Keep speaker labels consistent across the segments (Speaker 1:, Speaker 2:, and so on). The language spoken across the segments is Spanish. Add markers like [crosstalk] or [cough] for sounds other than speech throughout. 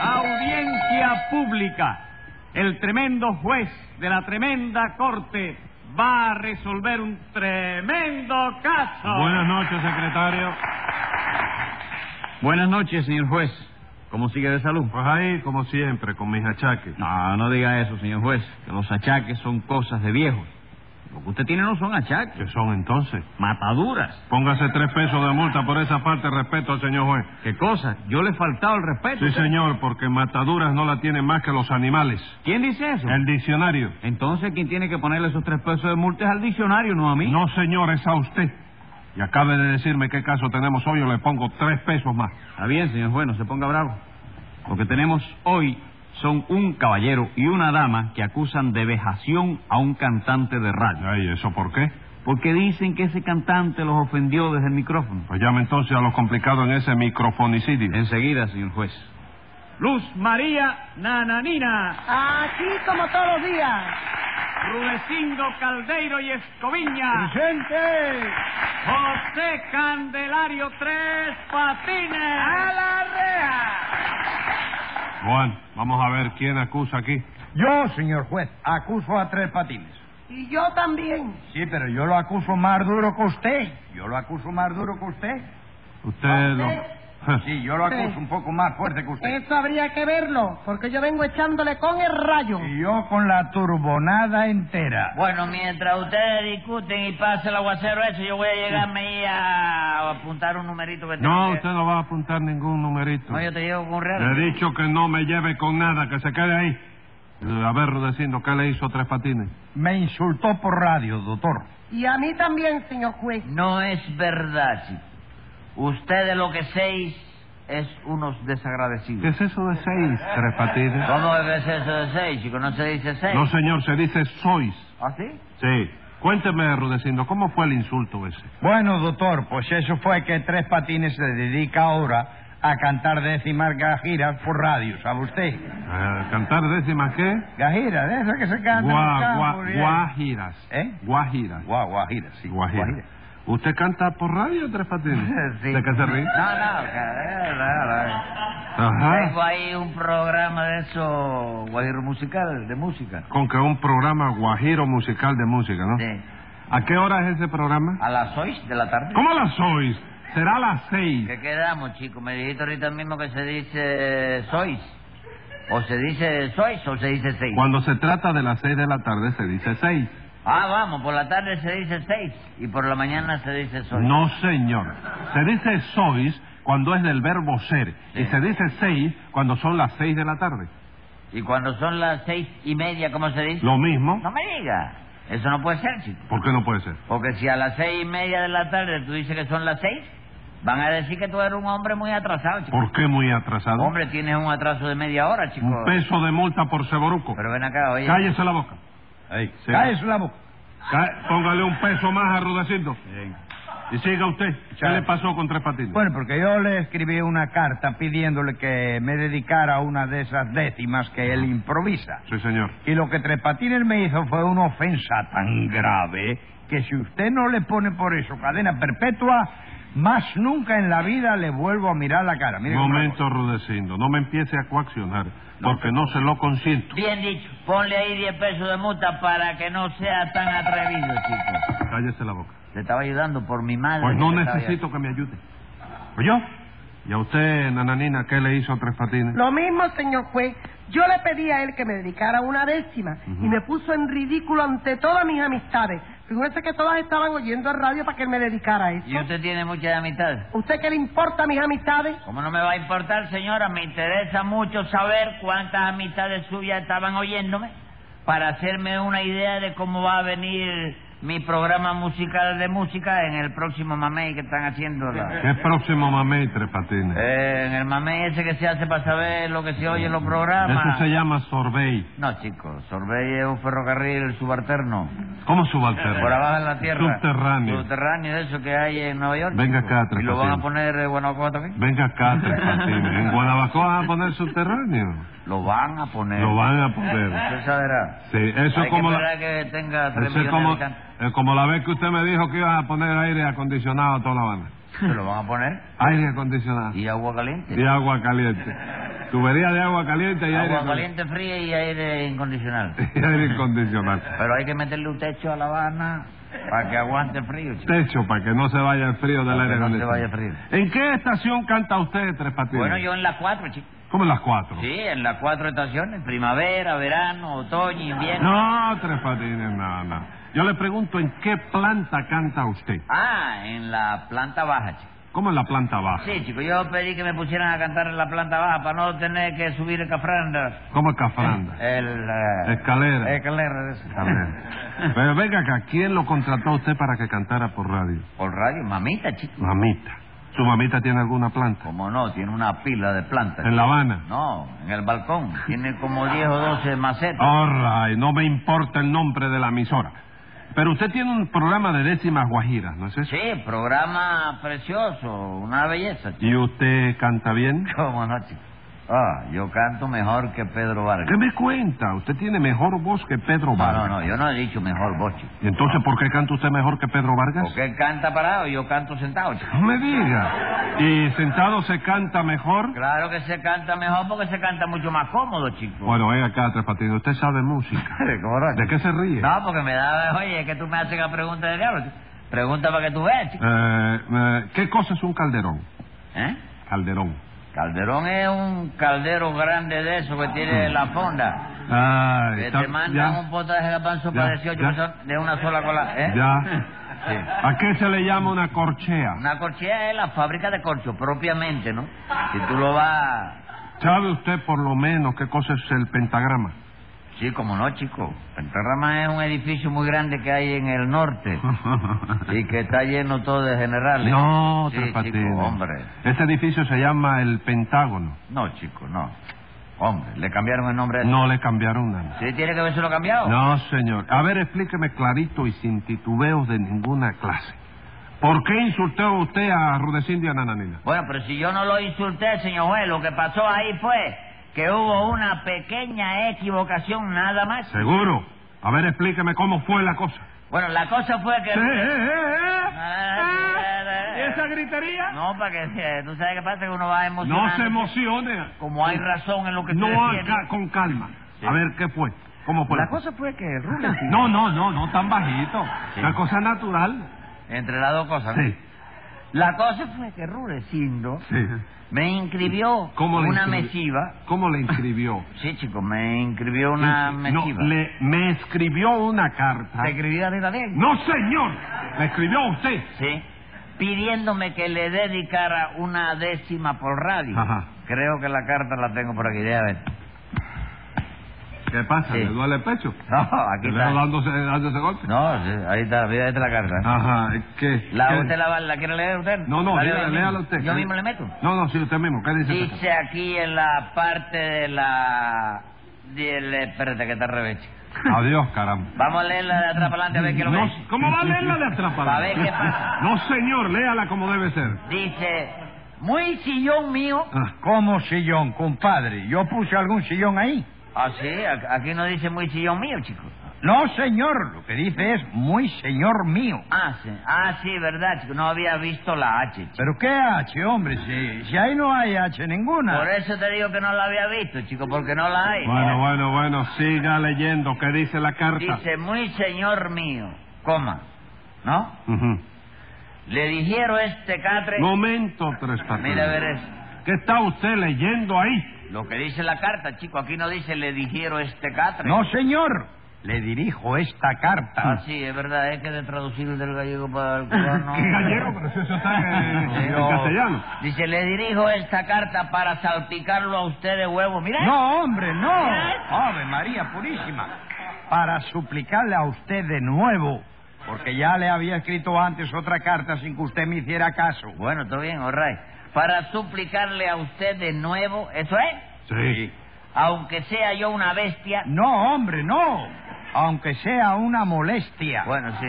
Speaker 1: Audiencia pública. El tremendo juez de la tremenda corte va a resolver un tremendo caso.
Speaker 2: Buenas noches, secretario.
Speaker 1: Buenas noches, señor juez. ¿Cómo sigue de salud?
Speaker 2: Pues ahí, como siempre, con mis achaques.
Speaker 1: No, no diga eso, señor juez, que los achaques son cosas de viejos. Lo que usted tiene no son achaques,
Speaker 2: ¿Qué son entonces?
Speaker 1: mataduras.
Speaker 2: Póngase tres pesos de multa por esa falta de respeto al señor juez.
Speaker 1: ¿Qué cosa? Yo le he faltado el respeto.
Speaker 2: Sí, señor, porque mataduras no la tienen más que los animales.
Speaker 1: ¿Quién dice eso?
Speaker 2: El diccionario.
Speaker 1: Entonces, ¿quién tiene que ponerle esos tres pesos de multa es al diccionario, no a mí?
Speaker 2: No, señor, es a usted. Y acabe de decirme qué caso tenemos hoy, yo le pongo tres pesos más.
Speaker 1: Está bien, señor juez, no se ponga bravo. Lo que tenemos hoy son un caballero y una dama que acusan de vejación a un cantante de radio.
Speaker 2: Ay, ¿eso por qué?
Speaker 1: Porque dicen que ese cantante los ofendió desde el micrófono.
Speaker 2: Pues llame entonces a lo complicado en ese microfonicidio.
Speaker 1: Enseguida, señor juez. Luz María Nananina,
Speaker 3: Aquí como todos los días.
Speaker 1: Rudecindo Caldeiro y Escoviña,
Speaker 3: Presente.
Speaker 1: José Candelario Tres Patines. ¡A la rea!
Speaker 2: Juan, vamos a ver quién acusa aquí.
Speaker 4: Yo, señor juez, acuso a Tres Patines.
Speaker 3: Y yo también.
Speaker 4: Sí, pero yo lo acuso más duro que usted. Yo lo acuso más duro que usted.
Speaker 2: Usted lo... [laughs]
Speaker 4: Sí, yo lo acuso
Speaker 3: Sí.
Speaker 4: un poco más fuerte que usted.
Speaker 3: Eh, Eso habría que verlo, porque yo vengo echándole con el rayo.
Speaker 4: Y yo con la turbonada entera.
Speaker 5: Bueno, mientras ustedes discuten y pase el aguacero ese, yo voy a llegarme ahí a apuntar un numerito que tengo
Speaker 2: No,
Speaker 5: que-
Speaker 2: usted no va a apuntar ningún numerito.
Speaker 5: No, yo te llevo con un real.
Speaker 2: Le he dicho que no me lleve con nada, que se quede ahí. Eh, A ver, Rudecindo, ¿qué le hizo Tres Patines?
Speaker 4: Me insultó por radio, doctor.
Speaker 3: Y a mí también, señor juez.
Speaker 5: No es verdad, chico. Ustedes lo que seis es unos
Speaker 2: ¿Qué
Speaker 5: desagradecidos.
Speaker 2: es eso de seis, Tres Patines?
Speaker 5: ¿Cómo es eso de seis, chico? ¿No se dice seis?
Speaker 2: No, señor, se dice sois.
Speaker 5: ¿Ah, sí?
Speaker 2: Sí. Cuénteme, Rudecindo, ¿cómo fue el insulto ese?
Speaker 4: Bueno, doctor, pues eso fue que Tres Patines se dedica ahora a cantar décimas gajiras por radio, ¿sabe usted?
Speaker 2: Eh, ¿Cantar décimas qué?
Speaker 4: Gajiras, de esas que se cantan. en
Speaker 2: Gua,
Speaker 4: los
Speaker 2: gua-
Speaker 4: campos, bien.
Speaker 2: guajiras.
Speaker 4: ¿Eh?
Speaker 2: Guajiras.
Speaker 4: Gua- guajiras, sí.
Speaker 2: Guajiras.
Speaker 4: guajiras.
Speaker 2: ¿Usted canta por radio, Tres Patines?
Speaker 5: [laughs] Sí.
Speaker 2: ¿De qué se ríe?
Speaker 5: No, no, que- eh, no, no. Tengo
Speaker 2: Ajá.
Speaker 5: ahí un programa de eso, guajiro musical, de música.
Speaker 2: Con que un programa guajiro musical de música, ¿no?
Speaker 5: Sí. Ah.
Speaker 2: ¿A qué hora es ese programa?
Speaker 5: A las seis de la tarde.
Speaker 2: ¿Cómo las sois? Será a las seis.
Speaker 5: ¿Qué quedamos, chicos? Me dijiste ahorita mismo que se dice sois. O se dice sois o se dice seis.
Speaker 2: Cuando se trata de las seis de la tarde se dice seis.
Speaker 5: Ah, vamos, por la tarde se dice seis y por la mañana se dice sois.
Speaker 2: No, señor. Se dice sois cuando es del verbo ser.
Speaker 5: Sí.
Speaker 2: Y se dice seis cuando son las seis de la tarde.
Speaker 5: Y cuando son las seis y media, ¿cómo se dice?
Speaker 2: Lo mismo.
Speaker 5: No me diga. Eso no puede ser, chico.
Speaker 2: ¿Por qué no puede ser?
Speaker 5: Porque si a las seis y media de la tarde tú dices que son las seis, van a decir que tú eres un hombre muy atrasado, chico.
Speaker 2: ¿Por qué muy atrasado?
Speaker 5: Hombre, tienes un atraso de media hora, chico.
Speaker 2: Un peso de multa por Seboruco.
Speaker 5: Pero ven acá, oye.
Speaker 2: Cállese la boca.
Speaker 4: Ey,
Speaker 2: Sí.
Speaker 4: cállese la boca.
Speaker 2: Cá- Póngale un peso más a Rudecindo. Y siga usted. ¿Qué
Speaker 4: Ya.
Speaker 2: le pasó con Tres Patines?
Speaker 4: Bueno, porque yo le escribí una carta pidiéndole que me dedicara a una de esas décimas que él improvisa.
Speaker 2: Sí, señor.
Speaker 4: Y lo que Tres Patines me hizo fue una ofensa tan grave que si usted no le pone por eso cadena perpetua, más nunca en la vida le vuelvo a mirar la cara. Mire cómo la
Speaker 2: Momento, Rudecindo. No me empiece a coaccionar, porque no se lo consiento.
Speaker 5: Bien dicho. Ponle ahí 10 pesos de multa para que no sea tan atrevido, chico.
Speaker 2: Cállese la boca.
Speaker 5: Te estaba ayudando por mi madre.
Speaker 2: Pues no
Speaker 5: que te estaba
Speaker 2: necesito que me ayude. ¿Oyó? ¿Y a usted, Nananina, qué le hizo a Tres Patines?
Speaker 3: Lo mismo, señor juez. Yo le pedí a él que me dedicara una décima y me puso en ridículo ante todas mis amistades. Figúrese que todas estaban oyendo el radio para que él me dedicara a eso.
Speaker 5: ayudando. ¿Y usted tiene muchas amistades?
Speaker 3: ¿A ¿Usted qué le importa mis amistades?
Speaker 5: ¿Cómo no me va a importar, señora? Me interesa mucho saber cuántas amistades suyas estaban oyéndome para hacerme una idea de cómo va a venir mi programa musical de música en el próximo mamey que están haciendo. la-
Speaker 2: ¿Qué próximo mamey, Tres Patines?
Speaker 5: Eh, en el mamey ese que se hace para saber lo que se oye en los programas.
Speaker 2: Ese se llama Sorbey.
Speaker 5: No, chicos, Sorbey es un ferrocarril subalterno.
Speaker 2: ¿Cómo subalterno?
Speaker 5: Eh, Por abajo en la tierra.
Speaker 2: Subterráneo.
Speaker 5: Subterráneo, eso que hay en Nueva York.
Speaker 2: Venga
Speaker 5: chico.
Speaker 2: acá, Tres
Speaker 5: ¿Y lo van a
Speaker 2: Patines.
Speaker 5: poner en Guanajuato aquí?
Speaker 2: Venga acá, Tres Patines. ¿En Guanabacoa van a poner subterráneo?
Speaker 5: Lo van a poner.
Speaker 2: Lo van a poner.
Speaker 5: [laughs] Usted sabrá.
Speaker 2: Sí, eso
Speaker 5: hay
Speaker 2: es como
Speaker 5: que
Speaker 2: la...
Speaker 5: esperar que tenga tres
Speaker 2: Eso es
Speaker 5: millones
Speaker 2: como,
Speaker 5: de habitantes.
Speaker 2: eh, como la vez que usted me dijo que ibas a poner aire acondicionado a toda La Habana.
Speaker 5: Se lo van a poner.
Speaker 2: Aire acondicionado
Speaker 5: Y agua caliente.
Speaker 2: y agua caliente. Tubería de agua caliente y aire...
Speaker 5: Agua caliente fría y aire incondicional.
Speaker 2: [laughs] Y aire incondicional.
Speaker 5: Pero hay que meterle un techo a La Habana para que aguante el frío, chico.
Speaker 2: Techo para que no se vaya el frío del
Speaker 5: Para que
Speaker 2: aire
Speaker 5: no se
Speaker 2: acondicionado.
Speaker 5: vaya frío.
Speaker 2: ¿En qué estación canta usted, Tres Patines?
Speaker 5: Bueno, yo en las cuatro, chico.
Speaker 2: ¿Cómo en las cuatro?
Speaker 5: Sí, en las cuatro estaciones. Primavera, verano, otoño, invierno.
Speaker 2: No, Tres Patines, no, no. Yo le pregunto, ¿en qué planta canta usted?
Speaker 5: Ah, en la planta baja, chico.
Speaker 2: ¿Cómo en la planta baja?
Speaker 5: Sí, chico, yo pedí que me pusieran a cantar en la planta baja para no tener que subir el cafranda.
Speaker 2: ¿Cómo en Cafranda?
Speaker 5: El... eh,
Speaker 2: Escalera.
Speaker 5: Escalera de eso.
Speaker 2: Escalera. Pero venga acá, ¿quién lo contrató a usted para que cantara por radio?
Speaker 5: [laughs] Por radio, mamita, chico.
Speaker 2: Mamita. ¿Su mamita tiene alguna planta?
Speaker 5: Como no, tiene una pila de plantas.
Speaker 2: ¿En La Habana?
Speaker 5: No, en el balcón. Tiene como 10 o 12 macetas.
Speaker 2: Ah, All right, no me importa el nombre de la emisora. Pero usted tiene un programa de décimas guajiras, ¿no es eso?
Speaker 5: Sí, programa precioso, una belleza, chico.
Speaker 2: ¿Y usted canta bien?
Speaker 5: ¿Cómo no, chico? Ah, yo canto mejor que Pedro
Speaker 2: ¿Qué
Speaker 5: Vargas.
Speaker 2: me cuenta? Usted tiene mejor voz que Pedro
Speaker 5: No,
Speaker 2: Vargas.
Speaker 5: no, no, yo no he dicho mejor voz, chico.
Speaker 2: ¿Y entonces por qué canta usted mejor que Pedro Vargas?
Speaker 5: Porque él canta parado y yo canto sentado, chico.
Speaker 2: [laughs] No me diga. ¿Y sentado se canta mejor?
Speaker 5: Claro que se canta mejor porque se canta mucho más cómodo, chico.
Speaker 2: Bueno, ven acá, Tres Patines, usted sabe música.
Speaker 5: [laughs]
Speaker 2: ¿De qué se ríe?
Speaker 5: No, porque me da... Oye, es que tú me haces la pregunta de diablo, chico. Pregunta para que tú veas, chico.
Speaker 2: Eh, eh, ¿Qué cosa es un calderón?
Speaker 5: ¿Eh?
Speaker 2: Calderón.
Speaker 5: Calderón es un caldero grande de eso que tiene la fonda.
Speaker 2: Ay,
Speaker 5: Que
Speaker 2: está-
Speaker 5: te mandan
Speaker 2: ya,
Speaker 5: un potaje de garbanzo
Speaker 2: Ya,
Speaker 5: para 18
Speaker 2: ya.
Speaker 5: personas de una sola cola. ¿eh?
Speaker 2: ya.
Speaker 5: Sí.
Speaker 2: ¿A qué se le llama una corchea?
Speaker 5: Una corchea es la fábrica de corcho, propiamente, ¿no? Si tú lo vas...
Speaker 2: ¿Sabe usted por lo menos qué cosa es el pentagrama?
Speaker 5: Sí, como no, chico. Pentagrama es un edificio muy grande que hay en el
Speaker 2: [laughs]
Speaker 5: norte y que está lleno todo de generales.
Speaker 2: no,
Speaker 5: sí,
Speaker 2: Tres Patines.
Speaker 5: chico, hombre.
Speaker 2: Ese edificio se llama el Pentágono.
Speaker 5: No, chico, no. Hombre, le cambiaron el nombre a eso.
Speaker 2: No le cambiaron nada.
Speaker 5: ¿Sí tiene que haberse lo cambiado?
Speaker 2: No, señor. A ver, explíqueme clarito y sin titubeos de ninguna clase. ¿Por qué insultó usted a Rudecindo y a Nananina?
Speaker 5: Bueno, pero si yo no lo insulté, señor juez, lo que pasó ahí fue que hubo una pequeña equivocación nada más.
Speaker 2: Seguro. A ver, explíqueme cómo fue la cosa.
Speaker 5: Bueno, la cosa fue que...
Speaker 2: Eh, eh, eh, eh.
Speaker 5: Ah,
Speaker 2: ¿Y esa gritería?
Speaker 5: No, para que... eh, Tú sabes qué pasa, que uno va emocionado.
Speaker 2: No se emocione.
Speaker 5: Como hay razón en lo que tú
Speaker 2: No
Speaker 5: decías.
Speaker 2: acá, con calma. A ver, ¿qué fue? ¿Cómo fue?
Speaker 5: La cosa fue que Rubén...
Speaker 2: No, no, no, no tan bajito.
Speaker 5: Sí.
Speaker 2: Una cosa natural.
Speaker 5: Entre las dos cosas. ¿no?
Speaker 2: Sí.
Speaker 5: La cosa fue que Rudecindo
Speaker 2: Sí.
Speaker 5: me inscribió
Speaker 2: ¿Cómo le
Speaker 5: una
Speaker 2: inscribió?
Speaker 5: mesiva.
Speaker 2: ¿Cómo le inscribió?
Speaker 5: Sí, chico, me inscribió una
Speaker 2: Ins-
Speaker 5: mesiva. Ah.
Speaker 2: No, le, me escribió una carta.
Speaker 5: ¿Te escribí a ti también?
Speaker 2: No, señor. Le escribió a usted.
Speaker 5: Sí. Pidiéndome que le dedicara una décima por radio.
Speaker 2: Ajá.
Speaker 5: Creo que la carta la tengo por aquí, déjame ver. [laughs]
Speaker 2: ¿Qué pasa?
Speaker 5: Sí.
Speaker 2: ¿Le duele el pecho?
Speaker 5: No, aquí
Speaker 2: ¿Le
Speaker 5: está.
Speaker 2: veo dándose, dándose golpe?
Speaker 5: No, sí, ahí está, mira, ahí está la carta.
Speaker 2: Ajá, ¿qué?
Speaker 5: La,
Speaker 2: Ah, qué-
Speaker 5: ¿Usted la, va- la quiere leer usted?
Speaker 2: No, no,
Speaker 5: La leo
Speaker 2: dígale,
Speaker 5: yo mismo.
Speaker 2: léala usted.
Speaker 5: Yo
Speaker 2: ¿Qué-
Speaker 5: mismo le meto.
Speaker 2: No, no, sí, usted mismo. ¿Qué dice? usted?
Speaker 5: Dice aquí en la parte de la... del- Espérate, que está al revés. chico. [laughs]
Speaker 2: Adiós, caramba.
Speaker 5: Vamos a leerla de atrás para adelante a ver qué es lo
Speaker 2: No,
Speaker 5: que es.
Speaker 2: ¿Cómo va a leerla de atrás para
Speaker 5: A ver qué pasa.
Speaker 2: [laughs] No, señor, léala como debe ser.
Speaker 5: Dice, muy sillón mío.
Speaker 2: Ah,
Speaker 4: ¿Cómo sillón, compadre? ¿Yo puse algún sillón ahí?
Speaker 5: Ah, sí, a- aquí no dice muy sillón mío, chico.
Speaker 4: No, señor. Lo que dice es muy señor mío.
Speaker 5: Ah, sí, ah, sí, verdad, chico. No había visto la H, chico.
Speaker 4: ¿Pero qué H, hombre? Si, si ahí no hay H ninguna.
Speaker 5: Por eso te digo que no la había visto, chico, porque no la hay.
Speaker 2: Bueno, bueno, bueno, siga leyendo. ¿Qué dice la carta?
Speaker 5: Dice, muy señor mío, coma, ¿no?
Speaker 2: Ujú.
Speaker 5: Le dijeron este catre...
Speaker 2: Momento, Tres Patines.
Speaker 5: Ah, Mira, a ver eso.
Speaker 2: ¿Qué está usted leyendo ahí?
Speaker 5: Lo que dice la carta, chico, aquí no dice le dijeron este catre.
Speaker 4: No, señor. Le dirijo esta
Speaker 5: Ah,
Speaker 4: carta.
Speaker 5: sí, es verdad, es que de traducir del gallego
Speaker 2: [laughs]
Speaker 5: para el cubano...
Speaker 2: ¿Qué gallego? Pero si eso está en, en
Speaker 5: [laughs] Pero-
Speaker 2: castellano.
Speaker 5: Dice, le dirijo esta carta para salpicarlo a usted de huevo. Mira.
Speaker 4: No, hombre, no.
Speaker 5: Ah.
Speaker 4: Ave María Purísima. Para suplicarle a usted de nuevo. Porque ya le había escrito antes otra carta sin que usted me hiciera caso.
Speaker 5: Bueno, todo bien, all right. Para suplicarle a usted de nuevo, eso es,
Speaker 2: Sí.
Speaker 5: aunque sea yo una bestia.
Speaker 4: No, hombre, no. Aunque sea una molestia.
Speaker 5: Bueno, sí.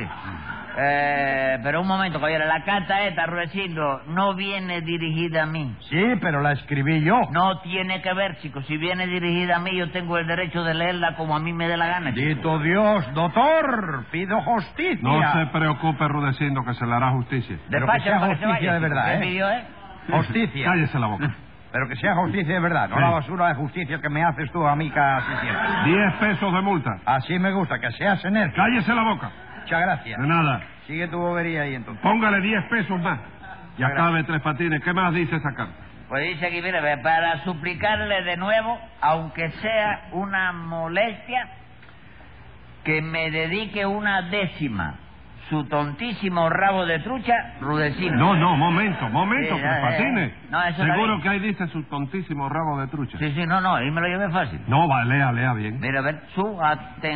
Speaker 5: Eh, pero un momento, caballero, la carta esta, Ruecindo, no viene dirigida a mí.
Speaker 4: Sí, pero la escribí yo.
Speaker 5: No tiene que ver, chicos. Si viene dirigida a mí, yo tengo el derecho de leerla como a mí me dé la gana. chico.
Speaker 4: Dito Dios, doctor, pido justicia.
Speaker 2: No se preocupe, Rudecindo, que se le hará justicia.
Speaker 4: Pero que
Speaker 5: Despacha
Speaker 4: sea
Speaker 5: para que se
Speaker 4: justicia de
Speaker 5: vaya, chico.
Speaker 4: verdad,
Speaker 5: ¿Qué
Speaker 4: ¿eh?
Speaker 5: pidió, eh?
Speaker 4: Justicia.
Speaker 5: [laughs]
Speaker 2: Cállese la boca.
Speaker 4: Pero que sea justicia de verdad, no
Speaker 2: Sí.
Speaker 4: la basura de justicia que me haces tú a mí casi siempre.
Speaker 2: Diez pesos de multa.
Speaker 4: Así me gusta, que seas enérgico.
Speaker 2: Cállese la boca.
Speaker 4: Muchas gracias.
Speaker 2: De nada.
Speaker 4: Sigue tu bobería ahí entonces.
Speaker 2: Póngale diez pesos más. Y acabe tres patines. ¿Qué más dice esa carta?
Speaker 5: Pues dice aquí, mire, ve, para suplicarle de nuevo, aunque sea una molestia, que me dedique una décima su tontísimo rabo de trucha, Rudecindo.
Speaker 2: No, no, momento, momento,
Speaker 5: Sí, ya,
Speaker 2: tres
Speaker 5: ya, ya.
Speaker 2: patines.
Speaker 5: No, eso está
Speaker 2: Seguro
Speaker 5: bien.
Speaker 2: que ahí dice su tontísimo rabo de trucha.
Speaker 5: Sí, sí, no, no, ahí me lo llevé fácil.
Speaker 2: No, va, lea, lea bien.
Speaker 5: Mira, a ver, su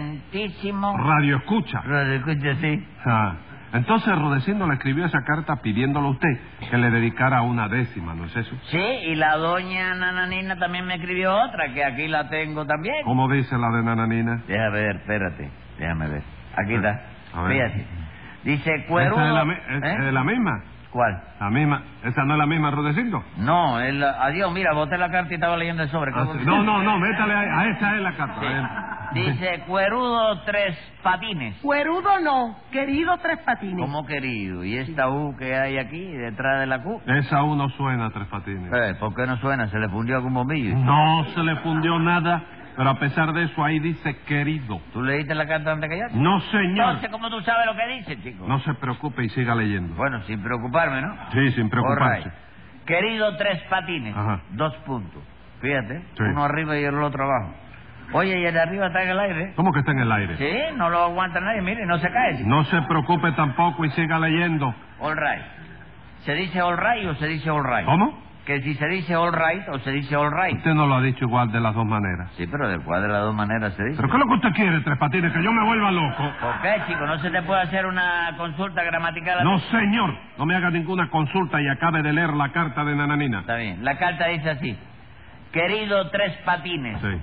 Speaker 5: atentísimo...
Speaker 2: Radio escucha.
Speaker 5: Rode- escucha, sí.
Speaker 2: Ah, Entonces Rodecindo le escribió esa carta pidiéndole a usted que le dedicara una décima, ¿no es eso?
Speaker 5: Sí, y la doña Nananina también me escribió otra, que aquí la tengo también.
Speaker 2: ¿Cómo dice la de Nananina?
Speaker 5: Déjame ver, espérate, déjame ver. Aquí
Speaker 2: Ah, A
Speaker 5: está,
Speaker 2: ver.
Speaker 5: fíjate. Dice cuerudo...
Speaker 2: ¿Esa es la, mi- es-
Speaker 5: ¿Eh?
Speaker 2: es la misma?
Speaker 5: ¿Cuál?
Speaker 2: La misma. ¿Esa no es la misma, Rodecindo?
Speaker 5: No, el, adiós, mira, boté la carta y estaba leyendo el sobre.
Speaker 2: Ah, sí. No, no, no, métale ahí. a, esa es la carta. a
Speaker 5: Sí. Dice, cuerudo tres patines.
Speaker 3: Cuerudo no, querido Tres Patines.
Speaker 5: Como querido, y esta U que hay aquí, detrás de la Q.
Speaker 2: ver. Esa uno suena, tres patines.
Speaker 5: Eh, ¿Por qué no suena? ¿Se le fundió algún bombillo?
Speaker 2: No se le fundió nada, pero a pesar de eso ahí dice querido.
Speaker 5: ¿Tú leíste la carta antes que yo?
Speaker 2: No, señor.
Speaker 5: Entonces, ¿cómo tú sabes lo que dice, chico?
Speaker 2: No se preocupe y siga leyendo.
Speaker 5: Bueno, sin preocuparme, ¿no?
Speaker 2: Sí, sin preocuparse.
Speaker 5: All right. Querido Tres Patines,
Speaker 2: Ajá.
Speaker 5: dos puntos. Fíjate,
Speaker 2: Sí.
Speaker 5: uno arriba y el otro abajo. Oye, y el de arriba está en el aire.
Speaker 2: ¿Cómo que está en el aire?
Speaker 5: Sí, no lo aguanta nadie, mire, no se cae. chico.
Speaker 2: No se preocupe tampoco y siga leyendo.
Speaker 5: All right. ¿Se dice all right o se dice all right?
Speaker 2: ¿Cómo?
Speaker 5: Que si se dice all right o se dice all right.
Speaker 2: Usted no lo ha dicho igual de las dos maneras.
Speaker 5: Sí, pero de cuál de las dos maneras se dice.
Speaker 2: ¿Pero qué es lo que usted quiere, Tres Patines? ¿Que yo me vuelva loco?
Speaker 5: ¿Por qué, chico? ¿No se te puede hacer una consulta gramatical? a-
Speaker 2: No, señor. No me haga ninguna consulta y acabe de leer la carta de Nananina.
Speaker 5: Está bien. La carta dice así. Querido Tres Patines,
Speaker 2: Sí.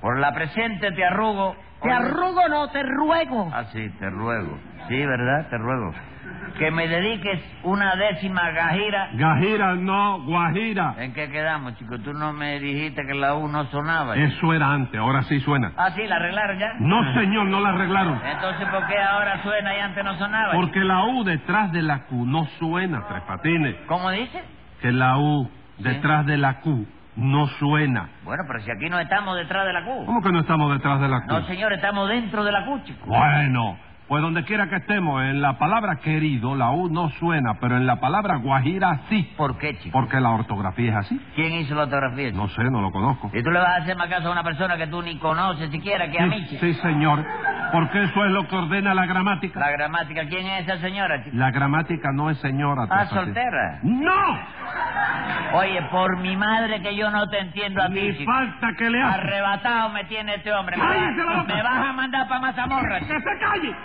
Speaker 5: por la presente te arrugo...
Speaker 3: Te arrugo no, te ruego.
Speaker 5: Ah, sí, te ruego. Sí, ¿verdad? Te ruego. Que me dediques una décima gajira...
Speaker 2: Gajira, no, Guajira.
Speaker 5: ¿En qué quedamos, chico? Tú no me dijiste que la U no sonaba. chico.
Speaker 2: Eso era antes, ahora sí suena.
Speaker 5: Ah, sí, la arreglaron ya.
Speaker 2: No, señor, no la arreglaron.
Speaker 5: Entonces, ¿por qué ahora suena y antes no sonaba?
Speaker 2: Porque la U detrás de la Q no suena, Tres Patines.
Speaker 5: ¿Cómo dice?
Speaker 2: Que la U detrás de la Q no suena.
Speaker 5: Bueno, pero si aquí no estamos detrás de la Q.
Speaker 2: ¿Cómo que no estamos detrás de la Q?
Speaker 5: No, señor, estamos dentro de la Q, chico.
Speaker 2: Bueno, pues donde quiera que estemos, en la palabra querido, la U no suena, pero en la palabra guajira sí.
Speaker 5: ¿Por qué, chico?
Speaker 2: Porque la ortografía es así.
Speaker 5: ¿Quién hizo la ortografía, chico?
Speaker 2: No sé, no lo conozco.
Speaker 5: ¿Y tú le vas a hacer más caso a una persona que tú ni conoces siquiera que a mí,
Speaker 2: Sí,
Speaker 5: chico?
Speaker 2: sí, señor. Porque eso es lo que ordena la gramática.
Speaker 5: La gramática, ¿quién es esa señora, chico?
Speaker 2: La gramática no es señora.
Speaker 5: Ah,
Speaker 2: Tres Patines.
Speaker 5: soltera.
Speaker 2: ¡No!
Speaker 5: Oye, por mi madre que yo no te entiendo a ti,
Speaker 2: Ni
Speaker 5: chico.
Speaker 2: falta que le hace.
Speaker 5: Arrebatado me tiene este hombre. Me,
Speaker 2: ¡Cállese la boca!
Speaker 5: me vas a mandar para Mazamorra,
Speaker 2: ¡Que
Speaker 5: chico.
Speaker 2: se calle!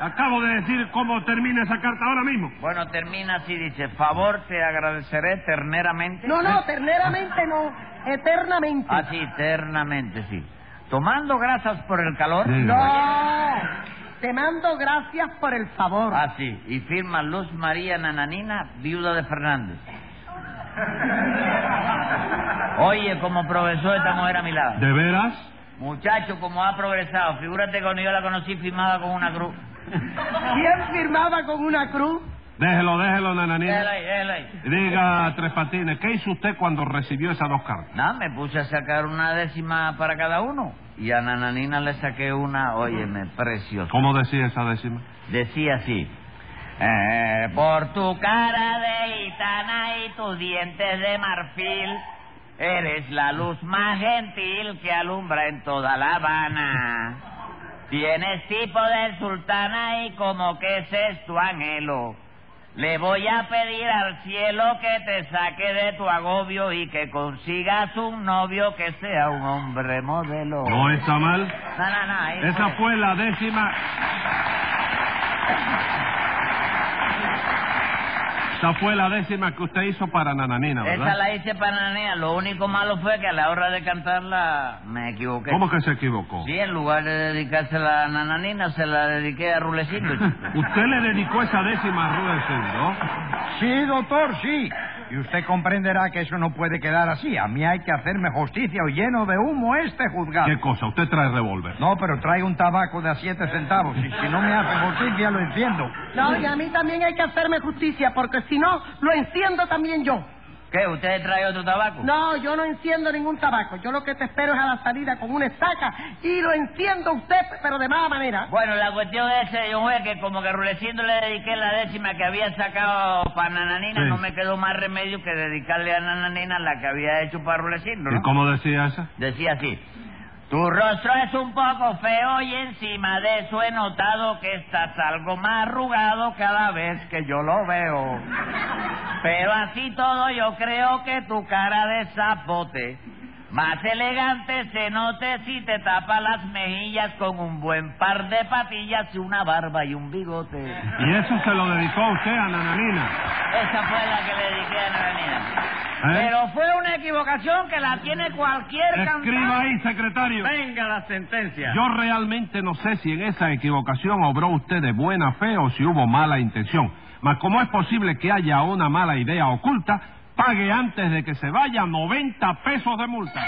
Speaker 2: Acabo de decir cómo termina esa carta ahora mismo.
Speaker 5: Bueno, termina así, dice, favor te agradeceré terneramente.
Speaker 3: No, no, terneramente no, eternamente.
Speaker 5: Así, eternamente, sí. Tomando grasas por el calor.
Speaker 2: Sí.
Speaker 3: No, te mando gracias por el favor.
Speaker 5: Así. Y firma Luz María Nananina, viuda de Fernández. Oye, como progresó esta mujer a mi lado.
Speaker 2: ¿De veras?
Speaker 5: Muchacho, como ha progresado. Figúrate que cuando yo la conocí firmaba con una cruz.
Speaker 3: ¿Quién firmaba con una cruz?
Speaker 2: Déjelo, déjelo,
Speaker 5: Déjala
Speaker 2: nananina.
Speaker 5: ahí, déjala ahí.
Speaker 2: Diga, Tres Patines, ¿qué hizo usted cuando recibió esas dos cartas?
Speaker 5: Nada, me puse a sacar una décima para cada uno. Y a Nananina le saqué una, óyeme, preciosa.
Speaker 2: ¿Cómo decía esa décima?
Speaker 5: Decía así. "Eh, por tu cara de gitana y tus dientes de marfil, eres la luz más gentil que alumbra en toda La Habana. Tienes tipo de sultana y como que ese es tu anhelo. Le voy a pedir al cielo que te saque de tu agobio y que consigas un novio que sea un hombre modelo.
Speaker 2: No está mal.
Speaker 5: No, no, no, ahí
Speaker 2: Esa
Speaker 5: fue.
Speaker 2: fue la décima. Esa fue la décima que usted hizo para Nananina,
Speaker 5: Esa
Speaker 2: ¿verdad?
Speaker 5: la hice para Nanea. Lo único malo fue que a la hora de cantarla me equivoqué.
Speaker 2: ¿Cómo que se equivocó?
Speaker 5: Sí, en lugar de dedicársela a Nananina, se la dediqué
Speaker 2: [laughs]
Speaker 5: a Rulecito. chico.
Speaker 2: [laughs] Usted le dedicó esa décima a Rudecindo.
Speaker 4: Sí, doctor, sí. Y usted comprenderá que eso no puede quedar así. A mí hay que hacerme justicia o lleno de humo este juzgado.
Speaker 2: ¿Qué cosa? Usted trae revólver.
Speaker 4: No, pero trae un tabaco de a siete centavos. Y si no me hace justicia, lo entiendo.
Speaker 3: No, y a mí también hay que hacerme justicia, porque si no, lo enciendo también yo.
Speaker 5: ¿Qué? ¿Usted trae otro tabaco?
Speaker 3: No, yo no enciendo ningún tabaco. Yo lo que te espero es a la salida con una estaca y lo enciendo usted, pero de mala manera.
Speaker 5: Bueno, la cuestión es, señor juez, que como que Rulecindo le dediqué la décima que había sacado para Nananina,
Speaker 2: Sí.
Speaker 5: no me quedó más remedio que dedicarle a Nananina la que había hecho para Rulecindo, ¿no?
Speaker 2: ¿Y cómo decía esa?
Speaker 5: Decía así. Tu rostro es un poco feo y encima de eso he notado que estás algo más arrugado cada vez que yo lo veo. Pero así todo yo creo que tu cara de zapote más elegante se note si te tapa las mejillas con un buen par de patillas y una barba y un bigote.
Speaker 2: Y eso se lo dedicó a usted a Nananina.
Speaker 5: Esa fue la que le dediqué a Nananina.
Speaker 2: ¿Eh?
Speaker 5: Pero fue una equivocación que la tiene cualquier
Speaker 2: Escriba
Speaker 5: cantante.
Speaker 2: ahí, secretario.
Speaker 5: Venga la sentencia.
Speaker 2: Yo realmente no sé si en esa equivocación obró usted de buena fe o si hubo mala intención. Mas como es posible que haya una mala idea oculta, pague antes de que se vaya 90 pesos de multa.